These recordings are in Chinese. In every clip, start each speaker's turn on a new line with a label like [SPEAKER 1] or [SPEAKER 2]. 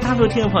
[SPEAKER 1] 大陆听众朋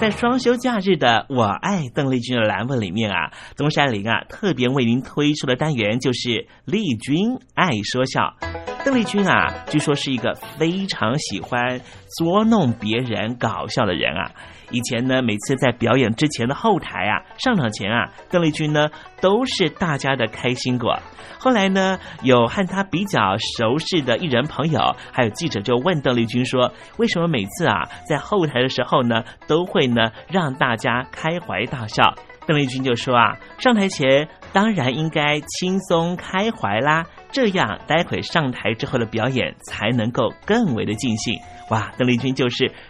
[SPEAKER 1] 在双休假日的“我爱邓丽君”的栏目里面啊，东山林啊特别为您推出的单元就是“丽君爱说笑”。邓丽君啊，据说是一个非常喜欢捉弄别人、搞笑的人啊。以前呢，每次在表演之前的后台啊，上场前啊，邓丽君呢都是大家的开心果。后来呢，有和她比较熟识的艺人朋友，还有记者就问邓丽君说：“为什么每次啊在后台的时候呢，都会呢让大家开怀大笑？”邓丽君就说啊，上台前当然应该轻松开怀啦，这样待会上台之后的表演才能够更为的尽兴。哇，邓丽君就是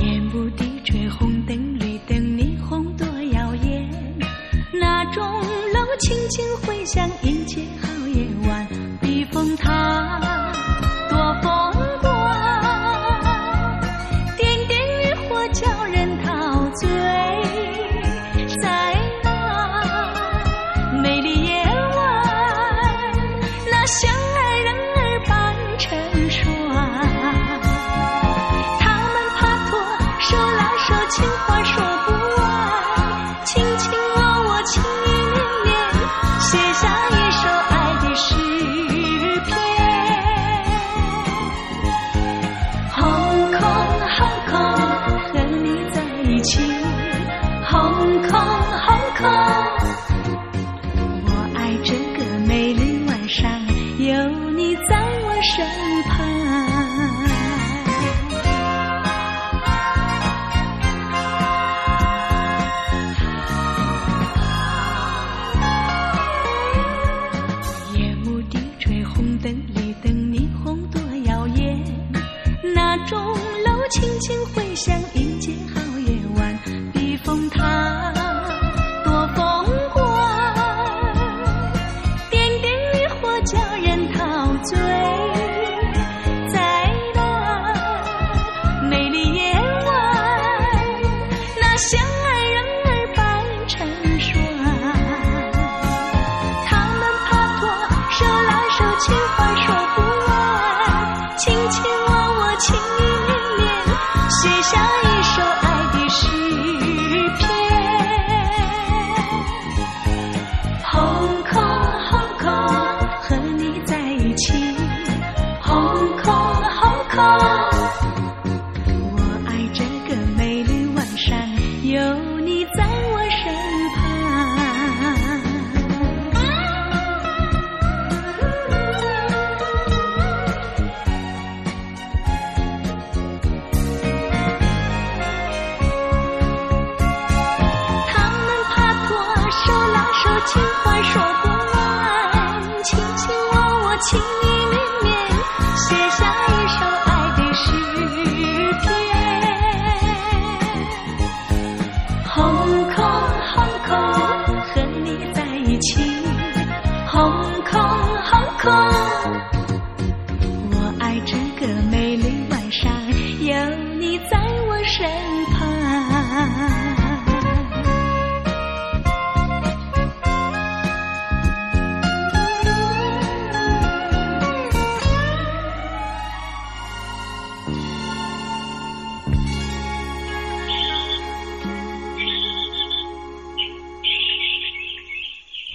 [SPEAKER 2] 眼部的追红灯绿灯，霓虹多耀眼。那钟楼轻轻回响，迎接好夜晚。避风塘多风光，点点渔火叫人陶醉。在那美丽夜晚，那相爱人儿伴成双。他们爬轻轻回响，迎接好夜晚。避风塘多风光，点点渔火叫人陶醉。在那美丽夜晚，那相爱人儿伴成双。他们拍拖，手拉手，情话说不完，卿卿我我，情意绵绵，写下一首爱的诗篇。红扣红扣，和你在一起，红扣红扣。我爱这个美丽晚上，有你在我身旁。他们拍拖，手拉手，情话说不完，卿卿我我，情意绵绵，写下一首爱的诗篇。红扣红扣，和你在一起，红扣红扣。我爱这个美丽晚上，有你在我身旁。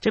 [SPEAKER 1] 这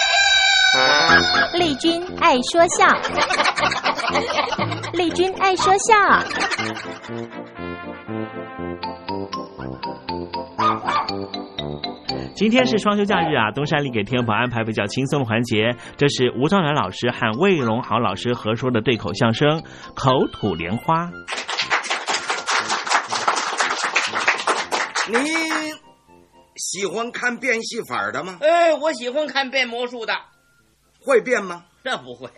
[SPEAKER 3] 丽君爱说 笑，丽君爱说笑。
[SPEAKER 1] 今天是双休假日啊，东山里给天宝安排比较轻松的环节。这是吴兆南老师和魏龙豪老师合说的对口相声《口吐莲花》。
[SPEAKER 4] 你喜欢看变戏法的吗？
[SPEAKER 5] 哎，我喜欢看变魔术的，
[SPEAKER 4] 会变吗？
[SPEAKER 5] 那不会。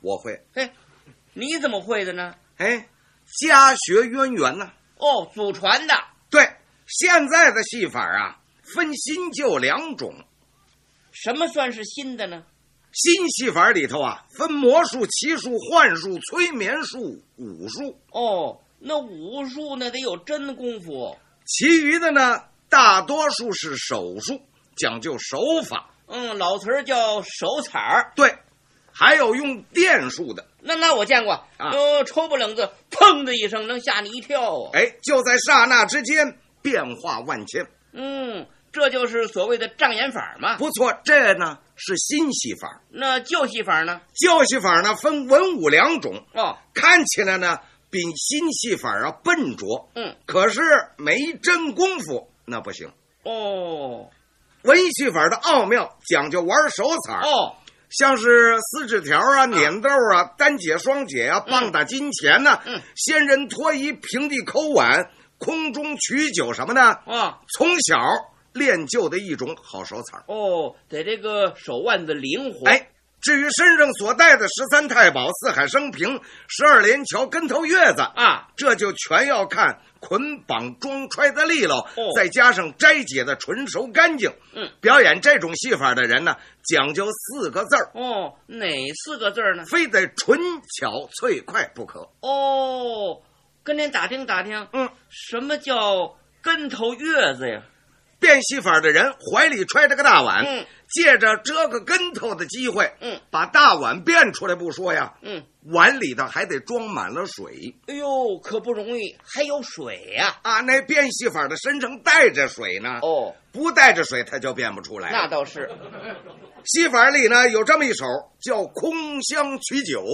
[SPEAKER 4] 我会。
[SPEAKER 5] 嘿，你怎么会的呢？
[SPEAKER 4] 哎，家学渊源呐、
[SPEAKER 5] 哦，祖传的。
[SPEAKER 4] 对，现在的戏法啊，分新旧两种。
[SPEAKER 5] 什么算是新的呢？
[SPEAKER 4] 新戏法里头啊，分魔术、奇术、幻术、催眠术、武术，
[SPEAKER 5] 哦，那武术那得有真功夫。
[SPEAKER 4] 其余的呢，大多数是手术，讲究手法。
[SPEAKER 5] 嗯，老词儿叫手彩儿。
[SPEAKER 4] 对，还有用电术的。啊
[SPEAKER 5] 那那我见过，呃，抽不冷子，砰的一声，能吓你一跳啊！
[SPEAKER 4] 哎，就在刹那之间变化万千。
[SPEAKER 5] 嗯，这就是所谓的障眼法嘛。
[SPEAKER 4] 不错，这呢是新戏法。
[SPEAKER 5] 那旧戏法呢？
[SPEAKER 4] 旧戏法呢分文武两种，
[SPEAKER 5] 哦，
[SPEAKER 4] 看起来呢比新戏法啊笨拙，
[SPEAKER 5] 嗯，
[SPEAKER 4] 可是没真功夫那不行。
[SPEAKER 5] 哦
[SPEAKER 4] 文艺戏法的奥妙讲究玩手彩儿，
[SPEAKER 5] 哦，
[SPEAKER 4] 像是撕纸条啊、捻豆啊、单解双解啊、棒打金钱呐、
[SPEAKER 5] 嗯
[SPEAKER 4] 仙人脱衣、平地抠碗、空中取酒什么的
[SPEAKER 5] 啊，
[SPEAKER 4] 从小练就的一种好手彩儿。
[SPEAKER 5] 哦，得这个手腕子灵活。
[SPEAKER 4] 哎，至于身上所带的十三太保、四海升平、十二连桥、跟头月子
[SPEAKER 5] 啊，
[SPEAKER 4] 这就全要看捆绑装揣的利落，
[SPEAKER 5] 哦
[SPEAKER 4] 再加上斋解的纯熟干净。
[SPEAKER 5] 嗯，
[SPEAKER 4] 表演这种戏法的人呢，讲究四个字儿，
[SPEAKER 5] 哦，哪四个字儿呢？
[SPEAKER 4] 非得纯巧脆快不可。
[SPEAKER 5] 哦，跟您打听打听，
[SPEAKER 4] 嗯，
[SPEAKER 5] 什么叫跟头月子呀？
[SPEAKER 4] 变戏法的人怀里揣着个大碗，
[SPEAKER 5] 嗯
[SPEAKER 4] 借着折个跟头的机会，
[SPEAKER 5] 嗯，
[SPEAKER 4] 把大碗变出来不说呀，
[SPEAKER 5] 嗯，
[SPEAKER 4] 碗里头还得装满了水
[SPEAKER 5] 哎呦，可不容易，还有水呀、
[SPEAKER 4] 啊。那变戏法的身上带着水呢，
[SPEAKER 5] 哦，
[SPEAKER 4] 不带着水他就变不出来。
[SPEAKER 5] 那倒是，
[SPEAKER 4] 戏法里呢有这么一手叫空箱取酒，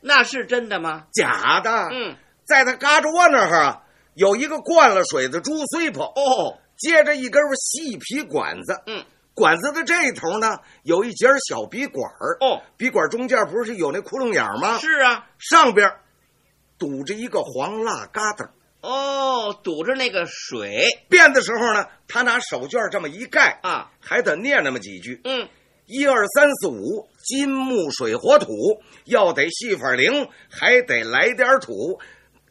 [SPEAKER 5] 那是真的吗？
[SPEAKER 4] 假的。
[SPEAKER 5] 嗯，
[SPEAKER 4] 在他嘎吱窝那儿啊，有一个灌了水的猪碎泡，
[SPEAKER 5] 哦，
[SPEAKER 4] 接着一根细皮管子，
[SPEAKER 5] 嗯，
[SPEAKER 4] 管子的这头呢有一节小笔管儿，
[SPEAKER 5] 哦，
[SPEAKER 4] 笔管中间不是有那窟窿眼儿吗？
[SPEAKER 5] 是啊，
[SPEAKER 4] 上边堵着一个黄蜡疙瘩儿。
[SPEAKER 5] 哦，堵着那个水
[SPEAKER 4] 变的时候呢，他拿手绢这么一盖，
[SPEAKER 5] 啊，
[SPEAKER 4] 还得念那么几句：
[SPEAKER 5] 嗯，
[SPEAKER 4] 一二三四五，金木水火土，要得戏法灵，还得来点土。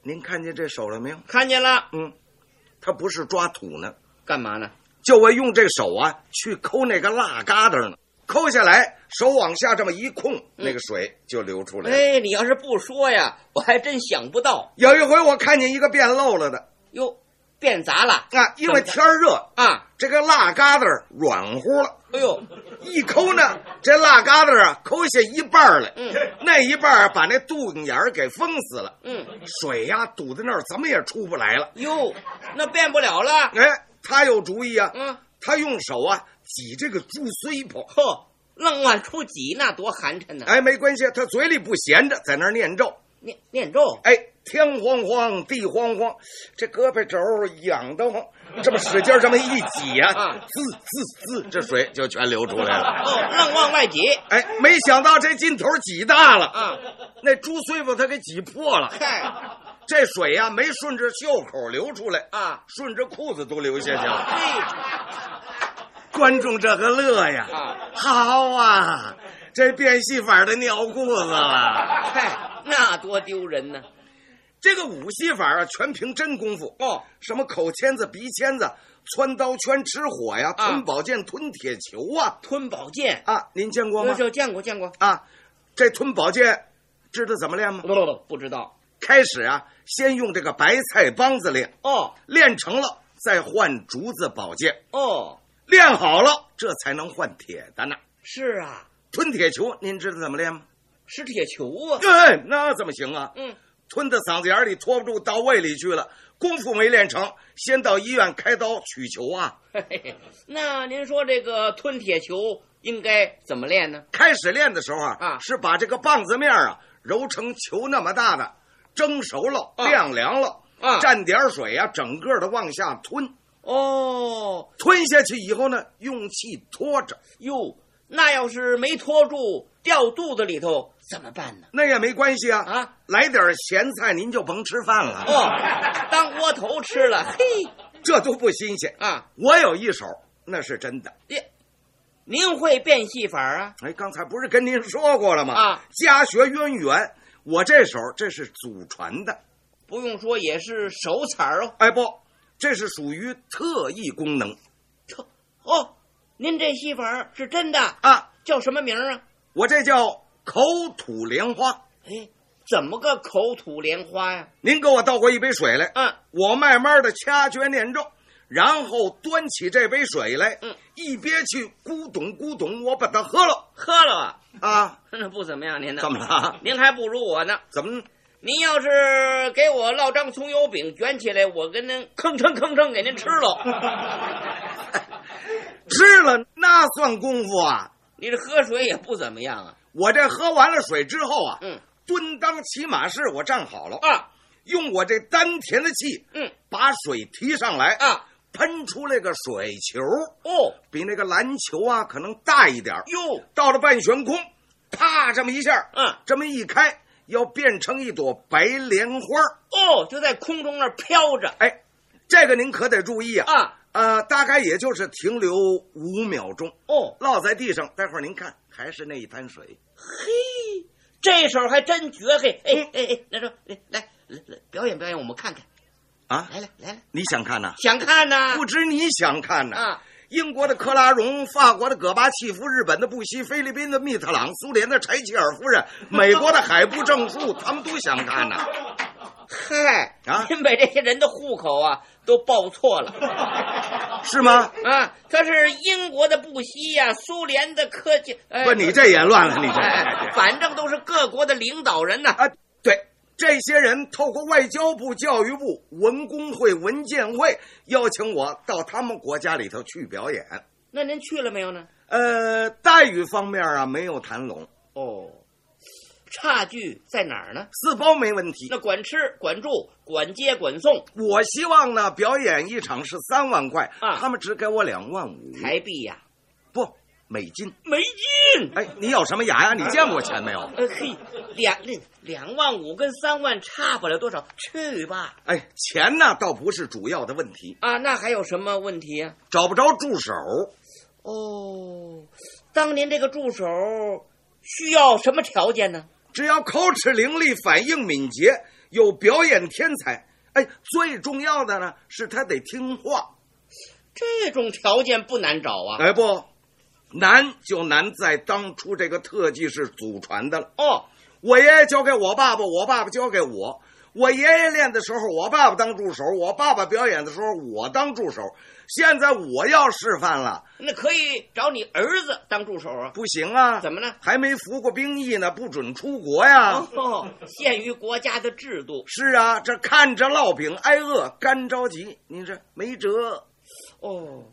[SPEAKER 4] 您看见这手了没有？
[SPEAKER 5] 看见了，
[SPEAKER 4] 嗯，他不是抓土呢，
[SPEAKER 5] 干嘛呢？
[SPEAKER 4] 就我用这手啊去抠那个蜡疙瘩呢，抠下来，手往下这么一控，那个水就流出来了。
[SPEAKER 5] 嗯哎，你要是不说呀，我还真想不到
[SPEAKER 4] 有一回我看见一个变漏了的
[SPEAKER 5] 哟，变砸了
[SPEAKER 4] 啊，因为天儿热，
[SPEAKER 5] 啊！
[SPEAKER 4] 这个蜡疙瘩儿软乎了，
[SPEAKER 5] 哎呦，
[SPEAKER 4] 一抠呢，这蜡疙瘩儿啊抠下一半儿来，
[SPEAKER 5] 嗯
[SPEAKER 4] 那一半儿啊把那肚眼儿给封死了，
[SPEAKER 5] 嗯，
[SPEAKER 4] 水呀、堵在那儿怎么也出不来了。
[SPEAKER 5] 哟，那变不了了，
[SPEAKER 4] 哎，他有主意啊，
[SPEAKER 5] 嗯，
[SPEAKER 4] 他用手啊挤这个猪碎泡。
[SPEAKER 5] 呵，愣往出挤，那多寒碜呢！
[SPEAKER 4] 哎，没关系，他嘴里不闲着，在那儿念咒。
[SPEAKER 5] 念念咒，
[SPEAKER 4] 哎，天慌慌，地慌慌，这胳膊肘儿痒得慌，这么使劲儿这么一挤呀、
[SPEAKER 5] 啊
[SPEAKER 4] 滋滋滋，这水就全流出来了。
[SPEAKER 5] 哦，愣往外挤
[SPEAKER 4] 哎，没想到这劲头儿挤大了，
[SPEAKER 5] 啊！
[SPEAKER 4] 那猪碎把它给挤破了。
[SPEAKER 5] 嗨，
[SPEAKER 4] 这水呀、没顺着袖口流出来
[SPEAKER 5] 啊，哎
[SPEAKER 4] 顺着裤子都流下去了。
[SPEAKER 5] 嘿，
[SPEAKER 4] 观众这个乐呀，
[SPEAKER 5] 啊
[SPEAKER 4] 好啊，这变戏法的尿裤子了。
[SPEAKER 5] 嗨，那多丢人呢！
[SPEAKER 4] 这个武戏法啊，全凭真功夫
[SPEAKER 5] 哦，
[SPEAKER 4] 什么口签子、鼻签子、穿刀圈、吃火呀、
[SPEAKER 5] 啊
[SPEAKER 4] 吞宝剑、吞铁球啊
[SPEAKER 5] 吞宝剑，
[SPEAKER 4] 啊，您见过
[SPEAKER 5] 我
[SPEAKER 4] 吗？
[SPEAKER 5] 就见过见过，
[SPEAKER 4] 啊，这吞宝剑知道怎么练吗？
[SPEAKER 5] 不不不，不知道
[SPEAKER 4] 开始啊，先用这个白菜帮子练，
[SPEAKER 5] 哦
[SPEAKER 4] 练成了再换竹子宝剑，
[SPEAKER 5] 哦，
[SPEAKER 4] 练好了这才能换铁的呢。
[SPEAKER 5] 是啊，
[SPEAKER 4] 吞铁球，您知道怎么练吗？
[SPEAKER 5] 是铁球啊，
[SPEAKER 4] 哎，那怎么行啊？
[SPEAKER 5] 嗯，
[SPEAKER 4] 吞到嗓子眼里，拖不住，到胃里去了，功夫没练成，先到医院开刀取球啊。
[SPEAKER 5] 嘿嘿， 那您说这个吞铁球应该怎么练呢？
[SPEAKER 4] 开始练的时候啊，
[SPEAKER 5] 啊
[SPEAKER 4] 是把这个棒子面啊揉成球那么大的，蒸熟了，
[SPEAKER 5] 啊
[SPEAKER 4] 晾凉了，
[SPEAKER 5] 啊
[SPEAKER 4] 蘸点水啊，整个的往下吞，
[SPEAKER 5] 哦
[SPEAKER 4] 吞下去以后呢，用气拖着，
[SPEAKER 5] 哟，那要是没拖住掉肚子里头怎么办呢？
[SPEAKER 4] 那也没关系啊。
[SPEAKER 5] 啊，
[SPEAKER 4] 来点咸菜，您就甭吃饭了，
[SPEAKER 5] 哦，当窝头吃了，嘿
[SPEAKER 4] 这都不新鲜。
[SPEAKER 5] 啊！
[SPEAKER 4] 我有一手，那是真的。
[SPEAKER 5] 耶，您会变戏法啊？
[SPEAKER 4] 哎，刚才不是跟您说过了吗？
[SPEAKER 5] 啊，
[SPEAKER 4] 家学渊源，我这手这是祖传的。
[SPEAKER 5] 不用说，也是手彩儿哦。
[SPEAKER 4] 哎不，这是属于特异功能
[SPEAKER 5] 这哦，您这戏法儿是真的，
[SPEAKER 4] 啊，
[SPEAKER 5] 叫什么名儿啊？
[SPEAKER 4] 我这叫口吐莲花。
[SPEAKER 5] 哎，怎么个口吐莲花呀、
[SPEAKER 4] 您给我倒过一杯水来，
[SPEAKER 5] 嗯，
[SPEAKER 4] 我慢慢的掐诀念咒，然后端起这杯水来，
[SPEAKER 5] 嗯，
[SPEAKER 4] 一憋气，咕咚咕咚，我把它喝了
[SPEAKER 5] 喝了啊？
[SPEAKER 4] 啊！
[SPEAKER 5] 那不怎么样，您呢？
[SPEAKER 4] 怎么了
[SPEAKER 5] 您还不如我呢。
[SPEAKER 4] 怎么？
[SPEAKER 5] 您要是给我烙张葱油饼卷起来，我跟您吭哧吭哧给您吃了。
[SPEAKER 4] 吃了那算功夫啊！
[SPEAKER 5] 你这喝水也不怎么样啊。
[SPEAKER 4] 我这喝完了水之后啊，
[SPEAKER 5] 嗯
[SPEAKER 4] 蹲裆骑马式，我站好了，
[SPEAKER 5] 啊，
[SPEAKER 4] 用我这丹田的气，
[SPEAKER 5] 嗯
[SPEAKER 4] 把水提上来
[SPEAKER 5] 啊，
[SPEAKER 4] 喷出来个水球，
[SPEAKER 5] 哦
[SPEAKER 4] 比那个篮球啊可能大一点儿
[SPEAKER 5] 哟，
[SPEAKER 4] 到了半悬空，啪，这么一下，
[SPEAKER 5] 嗯
[SPEAKER 4] 这么一开，要变成一朵白莲花儿。
[SPEAKER 5] 哦，就在空中那儿飘着。
[SPEAKER 4] 哎，这个您可得注意
[SPEAKER 5] 啊！啊，
[SPEAKER 4] 呃，大概也就是停留五秒钟
[SPEAKER 5] 哦，
[SPEAKER 4] 落在地上。待会儿您看，还是那一滩水。
[SPEAKER 5] 嘿，这手还真绝嘿！哎
[SPEAKER 4] 嗯
[SPEAKER 5] 哎哎，来说来来来表演表演，我们看看。
[SPEAKER 4] 啊，
[SPEAKER 5] 来来来来，
[SPEAKER 4] 你想看呐、
[SPEAKER 5] 想看呐、
[SPEAKER 4] 不止你想看呐、
[SPEAKER 5] 啊，
[SPEAKER 4] 英国的克拉荣，法国的戈巴契夫，日本的布希，菲律宾的密特朗，苏联的柴契尔夫人，美国的海部正树，他们都想看呐、
[SPEAKER 5] 嗨
[SPEAKER 4] 啊
[SPEAKER 5] 您把这些人的户口啊都报错了，
[SPEAKER 4] 是吗？
[SPEAKER 5] 啊，他是英国的布希呀、苏联的科技，哎、
[SPEAKER 4] 不，你这也乱了，你这。
[SPEAKER 5] 哎，反正都是各国的领导人呐、
[SPEAKER 4] 啊，对，这些人透过外交部、教育部、文工会、文建会邀请我到他们国家里头去表演。
[SPEAKER 5] 那您去了没有呢？
[SPEAKER 4] 呃，待遇方面啊，没有谈拢，
[SPEAKER 5] 哦，差距在哪儿呢？
[SPEAKER 4] 四包没问题。
[SPEAKER 5] 那管吃、管住、管接、管送，
[SPEAKER 4] 我希望呢，表演一场是三万块，
[SPEAKER 5] 啊
[SPEAKER 4] 他们只给我两万哦五
[SPEAKER 5] 台币呀、
[SPEAKER 4] 不美金。
[SPEAKER 5] 没劲。啊
[SPEAKER 4] 哎，你有什么牙呀？你见过钱没有？
[SPEAKER 5] 呃嘿，两两两万五跟三万差不了多少，去吧。
[SPEAKER 4] 哎，钱呢倒不是主要的问题，
[SPEAKER 5] 啊，那还有什么问题呀、
[SPEAKER 4] 找不着助手，
[SPEAKER 5] 哦，当年这个助手需要什么条件呢？
[SPEAKER 4] 只要口齿伶俐、反应敏捷、有表演天才。哎，最重要的呢是他得听话。
[SPEAKER 5] 这种条件不难找啊。
[SPEAKER 4] 哎不，难就难在当初这个特技是祖传的了。
[SPEAKER 5] 哦，
[SPEAKER 4] 我爷爷教给我爸爸，我爸爸教给我。我爷爷练的时候，我爸爸当助手；我爸爸表演的时候，我当助手。现在我要示范了，
[SPEAKER 5] 那可以找你儿子当助手啊。
[SPEAKER 4] 不行啊！
[SPEAKER 5] 怎么呢？
[SPEAKER 4] 还没服过兵役呢，不准出国呀！
[SPEAKER 5] 哦，限于国家的制度。
[SPEAKER 4] 是啊，这看着烙饼挨饿，干着急，您这没辙。
[SPEAKER 5] 哦，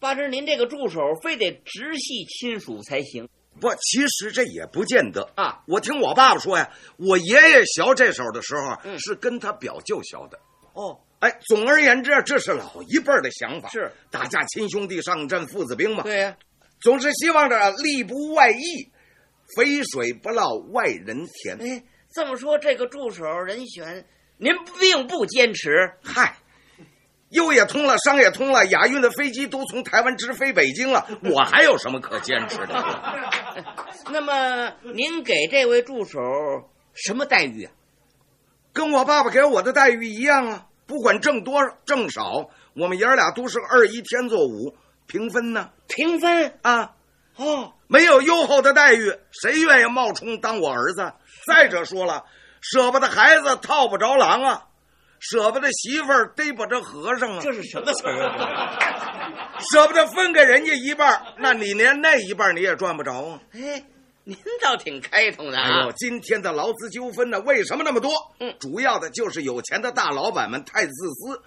[SPEAKER 5] 八珍，您这个助手非得直系亲属才行
[SPEAKER 4] 不，其实这也不见得。
[SPEAKER 5] 啊。
[SPEAKER 4] 我听我爸爸说呀，我爷爷学这手的时候啊，
[SPEAKER 5] 嗯
[SPEAKER 4] 是跟他表舅学的。
[SPEAKER 5] 哦，
[SPEAKER 4] 哎，总而言之，这是老一辈儿的想法，
[SPEAKER 5] 是
[SPEAKER 4] 打架亲兄弟上阵父子兵嘛。
[SPEAKER 5] 对呀、
[SPEAKER 4] 总是希望着力不外溢，肥水不落外人田。
[SPEAKER 5] 哎，这么说，这个助手人选您并不坚持。
[SPEAKER 4] 嗨，优也通了，商也通了，亚运的飞机都从台湾直飞北 京了，我还有什么可坚持的？
[SPEAKER 5] 那么，您给这位助手什么待遇啊？
[SPEAKER 4] 跟我爸爸给我的待遇一样啊，不管挣多少挣少，我们爷儿俩都是二一天作五，平分呢
[SPEAKER 5] 评分
[SPEAKER 4] 啊，
[SPEAKER 5] 哦，
[SPEAKER 4] 没有优厚的待遇，谁愿意冒充当我儿子？再者说了，舍不得孩子套不着狼啊，舍不得媳妇儿逮不着和尚啊，
[SPEAKER 5] 这是什么词儿啊？
[SPEAKER 4] 舍不得分给人家一半儿，那你连那一半儿你也赚不着啊。
[SPEAKER 5] 哎，您倒挺开通的
[SPEAKER 4] 哎
[SPEAKER 5] 啊
[SPEAKER 4] 呦，！今天的劳资纠纷呢，为什么那么多？
[SPEAKER 5] 嗯
[SPEAKER 4] 主要的就是有钱的大老板们太自私，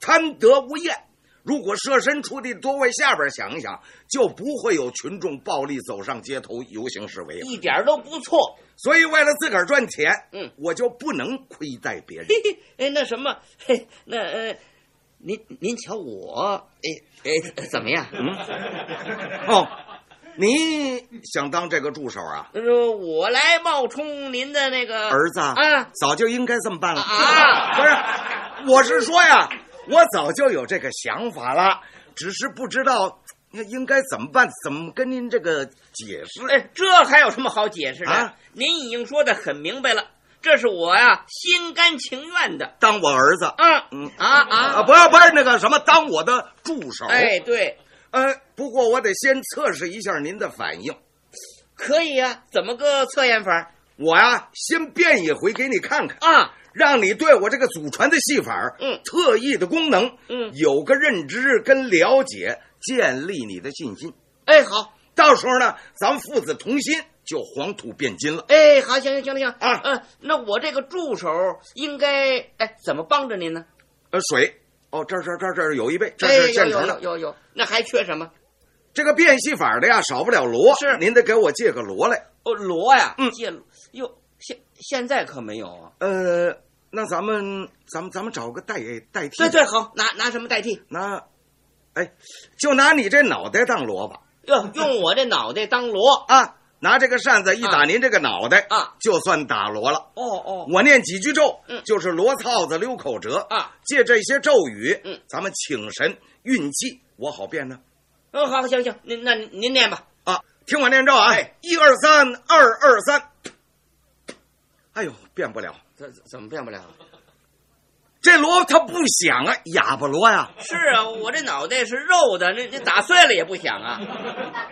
[SPEAKER 4] 贪得无厌。如果设身处地多为下边想一想，就不会有群众暴力走上街头游行示威了。
[SPEAKER 5] 一点儿都不错。
[SPEAKER 4] 所以，为了自个儿赚钱，
[SPEAKER 5] 嗯
[SPEAKER 4] 我就不能亏待别人
[SPEAKER 5] 嘿。嘿，哎，那什么，嘿，那呃，您您瞧我，哎哎，怎么样？
[SPEAKER 4] 嗯哦，你想当这个助手啊？
[SPEAKER 5] 他说呃我来冒充您的那个
[SPEAKER 4] 儿子
[SPEAKER 5] 啊
[SPEAKER 4] 早就应该这么办了
[SPEAKER 5] 啊
[SPEAKER 4] 不是，我是说呀，我早就有这个想法了，只是不知道应该怎么办，怎么跟您这个解释。
[SPEAKER 5] 哎，这还有什么好解释的？
[SPEAKER 4] 啊
[SPEAKER 5] 您已经说的很明白了，这是我呀、心甘情愿的。
[SPEAKER 4] 当我儿子
[SPEAKER 5] 啊，
[SPEAKER 4] 嗯
[SPEAKER 5] 啊啊！
[SPEAKER 4] 不要不是那个什么，当我的助手。
[SPEAKER 5] 哎，，对，
[SPEAKER 4] 呃，不过我得先测试一下您的反应。
[SPEAKER 5] 可以呀、怎么个测验法
[SPEAKER 4] 我呀、先变一回给你看看，
[SPEAKER 5] 啊？
[SPEAKER 4] 让你对我这个祖传的戏法儿，
[SPEAKER 5] 嗯
[SPEAKER 4] 特异的功能，
[SPEAKER 5] 嗯
[SPEAKER 4] 有个认知跟了解，建立你的信心。
[SPEAKER 5] 哎，好，
[SPEAKER 4] 到时候呢，咱们父子同心，就黄土变金了。
[SPEAKER 5] 哎，好，行行行了行
[SPEAKER 4] 啊
[SPEAKER 5] 呃，那我这个助手应该哎怎么帮着您呢？
[SPEAKER 4] 呃，水，哦，这儿这儿这儿这儿有一杯，这
[SPEAKER 5] 哎，
[SPEAKER 4] 是
[SPEAKER 5] 有
[SPEAKER 4] 现
[SPEAKER 5] 有
[SPEAKER 4] 成
[SPEAKER 5] 有
[SPEAKER 4] 的。
[SPEAKER 5] 有有，那还缺什么？
[SPEAKER 4] 这个变戏法的呀，少不了锣，
[SPEAKER 5] 是
[SPEAKER 4] 您得给我借个锣来。
[SPEAKER 5] 哦，锣呀，
[SPEAKER 4] 嗯
[SPEAKER 5] 借锣哟，现现在可没有啊。
[SPEAKER 4] 呃，那咱们咱们咱们找个代呃代替。
[SPEAKER 5] 对对，，好，拿拿什么代替？
[SPEAKER 4] 那，哎，就拿你这脑袋当锣吧。
[SPEAKER 5] 哟，用我这脑袋当锣
[SPEAKER 4] 啊，拿这个扇子一打您这个脑袋
[SPEAKER 5] 啊，
[SPEAKER 4] 就算打罗了。
[SPEAKER 5] 哦哦，
[SPEAKER 4] 我念几句咒
[SPEAKER 5] 嗯，
[SPEAKER 4] 就是罗操子溜口折
[SPEAKER 5] 啊。
[SPEAKER 4] 借这些咒语
[SPEAKER 5] 嗯，
[SPEAKER 4] 咱们请神运气，我好变呢。
[SPEAKER 5] 嗯，好，行行，您那您念吧。
[SPEAKER 4] 啊，听我念
[SPEAKER 5] 哎
[SPEAKER 4] 咒啊，一二三，二二三。哎呦，变不了，
[SPEAKER 5] 怎怎么变不了？
[SPEAKER 4] 这锣它不响啊，哑巴锣呀、
[SPEAKER 5] 是啊，我这脑袋是肉的，那那打碎了也不响啊。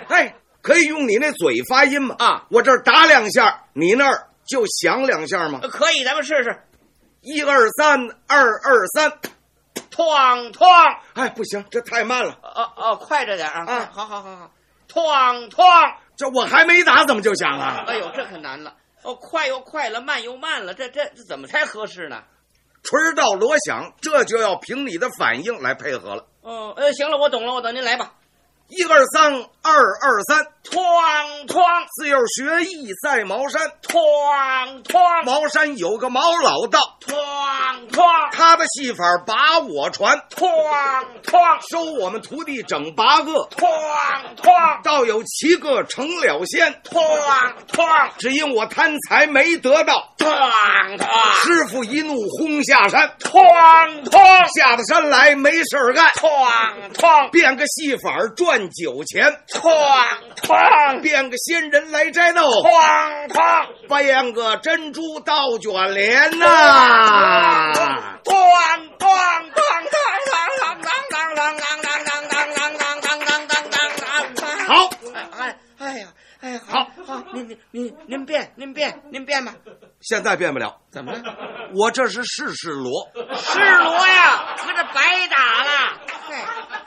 [SPEAKER 4] 哎，可以用你那嘴发音吗？
[SPEAKER 5] 啊，
[SPEAKER 4] 我这儿打两下，你那儿就响两下吗
[SPEAKER 5] 呃？可以，咱们试试。
[SPEAKER 4] 一二三，二二三。
[SPEAKER 5] 哐哐，
[SPEAKER 4] 哎，不行，这太慢了。
[SPEAKER 5] 哦哦，快着点啊！
[SPEAKER 4] 啊
[SPEAKER 5] 好好好好，哐哐。
[SPEAKER 4] 这我还没打，怎么就响了？
[SPEAKER 5] 哎呦，这可难了。哦，快又快了，慢又慢了，这这这怎么才合适呢？
[SPEAKER 4] 锤到锣响，这就要凭你的反应来配合了。
[SPEAKER 5] 哦，呃，行了，我懂了，我等您来吧。
[SPEAKER 4] 一二三，二二三，
[SPEAKER 5] 哐哐
[SPEAKER 4] 自幼学艺在茅山，
[SPEAKER 5] 哐哐
[SPEAKER 4] 茅山有个毛老道，
[SPEAKER 5] 哐哐
[SPEAKER 4] 他的戏法把我传，
[SPEAKER 5] 哐哐
[SPEAKER 4] 收我们徒弟整八个，
[SPEAKER 5] 哐哐
[SPEAKER 4] 倒有七个成了仙。
[SPEAKER 5] 哐哐
[SPEAKER 4] 只因我贪财没得到，
[SPEAKER 5] 哐哐
[SPEAKER 4] 师傅一怒轰下山，
[SPEAKER 5] 哐哐
[SPEAKER 4] 下得山来没事儿干，
[SPEAKER 5] 哐哐
[SPEAKER 4] 变个戏法儿赚酒钱，
[SPEAKER 5] 哐哐
[SPEAKER 4] 变个仙人来摘豆，
[SPEAKER 5] 哐哐
[SPEAKER 4] 变个珍珠倒卷帘呐、
[SPEAKER 5] 哐哐哐哐当当当当当当当当当当当当当当当。
[SPEAKER 4] 好，
[SPEAKER 5] 哎哎哎呀，哎呀，好好，您您您您变，您变，您变吧。
[SPEAKER 4] 现在变不了，
[SPEAKER 5] 怎么了？
[SPEAKER 4] 我这是试试锣。
[SPEAKER 5] 是罗呀，可这白打了。哎，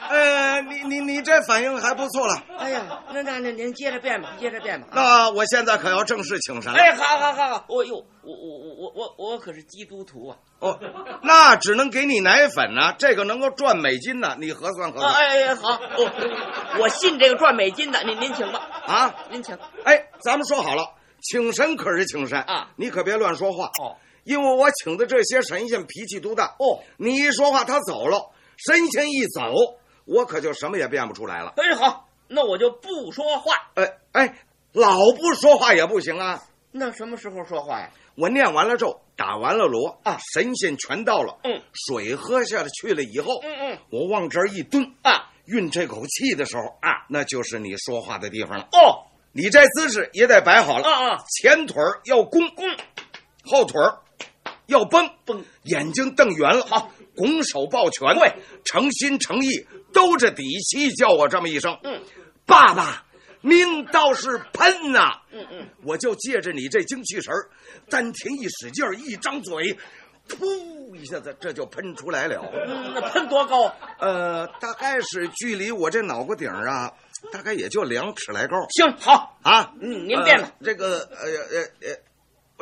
[SPEAKER 4] 呃，你你你这反应还不错了。
[SPEAKER 5] 哎呀，那那那您接着变吧，接着变吧。啊
[SPEAKER 4] 那我现在可要正式请神了。
[SPEAKER 5] 哎，好好好好，我哟，我我我我我我可是基督徒啊！
[SPEAKER 4] 哦，那只能给你奶粉呢、这个能够赚美金呢、你核算核
[SPEAKER 5] 啊
[SPEAKER 4] 算
[SPEAKER 5] 哎哎好，哦我我信这个赚美金的，您您请吧，
[SPEAKER 4] 啊？
[SPEAKER 5] 您请。
[SPEAKER 4] 哎，咱们说好了，请神可是请神
[SPEAKER 5] 啊
[SPEAKER 4] 你可别乱说话
[SPEAKER 5] 哦，
[SPEAKER 4] 因为我请的这些神仙脾气都大
[SPEAKER 5] 哦，
[SPEAKER 4] 你一说话他走了，神仙一走，我可就什么也变不出 来了。
[SPEAKER 5] 哎好，那我就不说话。
[SPEAKER 4] 哎哎，老不说话也不行啊！
[SPEAKER 5] 那什么时候说话呀？
[SPEAKER 4] 我念完了咒，打完了锣
[SPEAKER 5] 啊
[SPEAKER 4] 神仙全到了，
[SPEAKER 5] 嗯，
[SPEAKER 4] 水喝下去了以后，
[SPEAKER 5] 嗯嗯
[SPEAKER 4] 我往这儿一蹲，
[SPEAKER 5] 啊
[SPEAKER 4] 运这口气的时候啊，那就是你说话的地方了。
[SPEAKER 5] 哦
[SPEAKER 4] 你这姿势也得摆好了，
[SPEAKER 5] 啊啊
[SPEAKER 4] 前腿儿要弓，弓，后腿儿要绷，绷，眼睛瞪圆了，好，拱手抱拳，对，诚心诚意，兜着底气叫我这么一声，
[SPEAKER 5] 嗯，
[SPEAKER 4] 爸爸，您倒是喷呐、
[SPEAKER 5] 嗯嗯。
[SPEAKER 4] 我就借着你这精气神儿，丹田一使劲儿，一张嘴，噗一下子这就喷出来了。
[SPEAKER 5] 嗯，那喷多高？
[SPEAKER 4] 呃，大概是距离我这脑瓜顶儿啊，大概也就两尺来高
[SPEAKER 5] 行，好，
[SPEAKER 4] 啊。
[SPEAKER 5] 嗯您变了
[SPEAKER 4] 呃这个呃呃呃，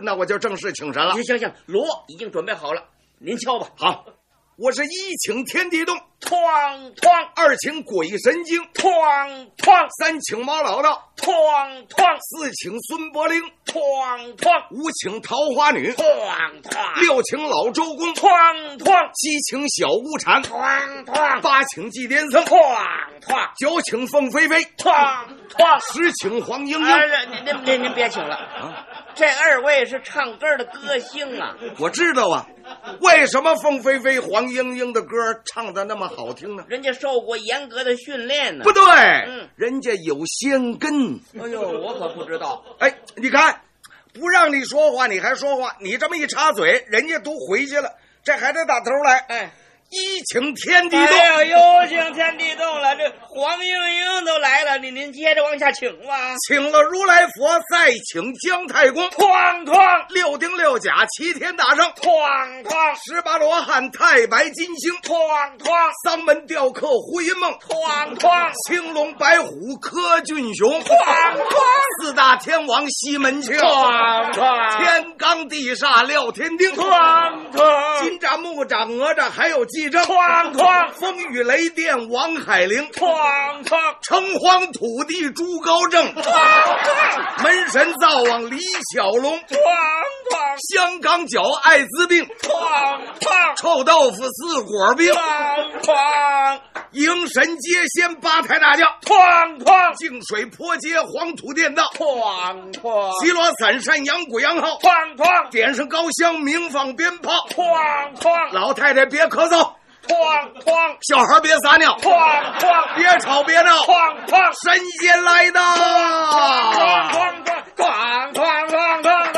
[SPEAKER 4] 那我就正式请神了
[SPEAKER 5] 行。行行，锣已经准备好了，您敲吧。
[SPEAKER 4] 好，我是一请天地动，
[SPEAKER 5] 哐哐
[SPEAKER 4] 二请鬼神经，
[SPEAKER 5] 哐哐
[SPEAKER 4] 三请猫老道，
[SPEAKER 5] 哐哐
[SPEAKER 4] 四请孙伯龄，
[SPEAKER 5] 哐哐
[SPEAKER 4] 五请桃花女，
[SPEAKER 5] 哐哐
[SPEAKER 4] 六请老周公，
[SPEAKER 5] 哐哐
[SPEAKER 4] 七请小巫禅，
[SPEAKER 5] 哐哐
[SPEAKER 4] 八请祭癫僧，
[SPEAKER 5] 哐哐
[SPEAKER 4] 九请凤飞飞，
[SPEAKER 5] 哐哐。
[SPEAKER 4] 十请黄莺
[SPEAKER 5] 哎，
[SPEAKER 4] 莺。
[SPEAKER 5] 那您您您您别请了啊！这二位是唱歌的歌星啊，
[SPEAKER 4] 我知道啊，为什么凤飞飞、黄莺莺的歌唱的那么好听呢？
[SPEAKER 5] 人家受过严格的训练呢
[SPEAKER 4] 不。对，
[SPEAKER 5] 嗯
[SPEAKER 4] 人家有仙根。
[SPEAKER 5] 哎呦，我可不知道。
[SPEAKER 4] 哎，你看，不让你说话，你还说话，你这么一插嘴，人家都回去了，这还得打头来。
[SPEAKER 5] 哎，
[SPEAKER 4] 一请天地动，
[SPEAKER 5] 哎呦，有请天地动了，这黄莺莺都来了，啊您您接着往下请吧。
[SPEAKER 4] 请了如来佛，再请姜太公，
[SPEAKER 5] 哐哐
[SPEAKER 4] 六丁六甲，齐天大圣，
[SPEAKER 5] 哐哐
[SPEAKER 4] 十八罗汉，太白金星，
[SPEAKER 5] 哐哐
[SPEAKER 4] 丧门吊客，胡因梦，
[SPEAKER 5] 哐哐
[SPEAKER 4] 青龙白虎柯俊雄，四大天王西门庆，
[SPEAKER 5] 哐哐
[SPEAKER 4] 天罡地煞廖天丁，
[SPEAKER 5] 哐哐
[SPEAKER 4] 金吒木吒哪吒还有纪政，
[SPEAKER 5] 哐哐
[SPEAKER 4] 风雨雷电王海玲，
[SPEAKER 5] 哐哐
[SPEAKER 4] 城隍土地朱高正，门神灶王李小龙，
[SPEAKER 5] 哐
[SPEAKER 4] 香港脚艾滋病，
[SPEAKER 5] 哐哐哐
[SPEAKER 4] 臭豆腐四果冰，
[SPEAKER 5] 哐哐，
[SPEAKER 4] 迎神街先八抬大轿，哐哐；净水坡街黄土店道，
[SPEAKER 5] 哐哐；
[SPEAKER 4] 西罗伞扇扬鼓扬号，
[SPEAKER 5] 哐哐；
[SPEAKER 4] 点上高香鸣放鞭炮，
[SPEAKER 5] 哐哐；
[SPEAKER 4] 老太太别咳嗽。
[SPEAKER 5] 哐哐，
[SPEAKER 4] 小孩别撒尿！
[SPEAKER 5] 哐哐，
[SPEAKER 4] 别吵别闹！
[SPEAKER 5] 哐哐，
[SPEAKER 4] 神仙来到！
[SPEAKER 5] 哐哐哐哐哐哐哐哐哐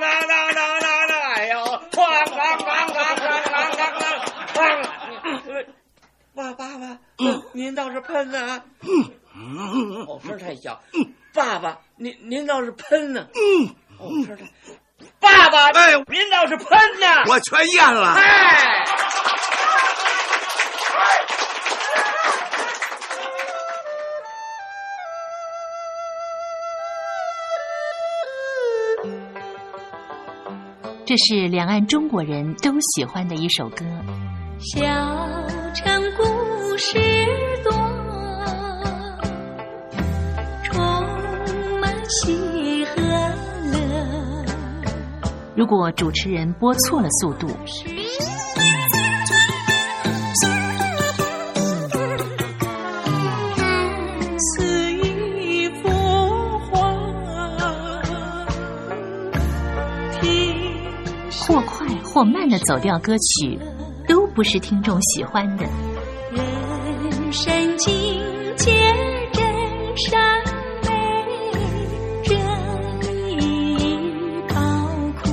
[SPEAKER 5] 哐哐哐！哎呦，哐哐哐哐哐哐哐哐！爸爸爸，您倒是喷呐！哦，声太小。爸爸，您您倒是喷呐！哦，声太。爸爸，
[SPEAKER 4] 哎，
[SPEAKER 5] 您倒是喷呐！
[SPEAKER 4] 我全咽了。
[SPEAKER 5] 哎。
[SPEAKER 6] 这是两岸中国人都喜欢的一首歌。
[SPEAKER 2] 小城故事多，充满喜和乐。
[SPEAKER 6] 如果主持人播错了速度，
[SPEAKER 2] 看似一幅画，听。
[SPEAKER 6] 或快或慢的走调歌曲，都不是听众喜欢的。
[SPEAKER 2] 人生境界真善美，这一包括。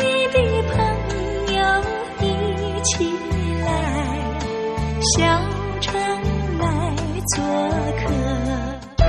[SPEAKER 2] 密的朋友一起来，小城来做客。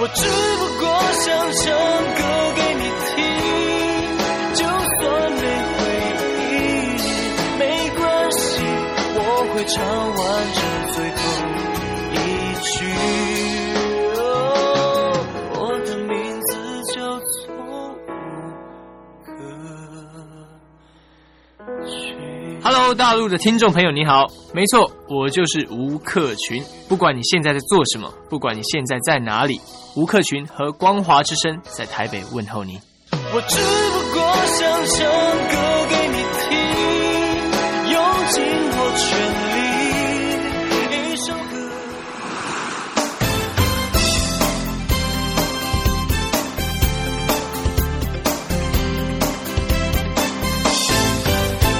[SPEAKER 7] 我只不过想唱歌给你听，就算没回应，没关系，我会唱完这最后一句。哦，我的名字叫做。
[SPEAKER 8] Hello，大陆的听众朋友，你好，没错，我就是吴克群。不管你现在在做什么，不管你现在在哪里，吴克群和光华之声在台北问候你。
[SPEAKER 7] 我只不过想唱歌给你听，用尽我全力，一首歌。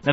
[SPEAKER 1] 那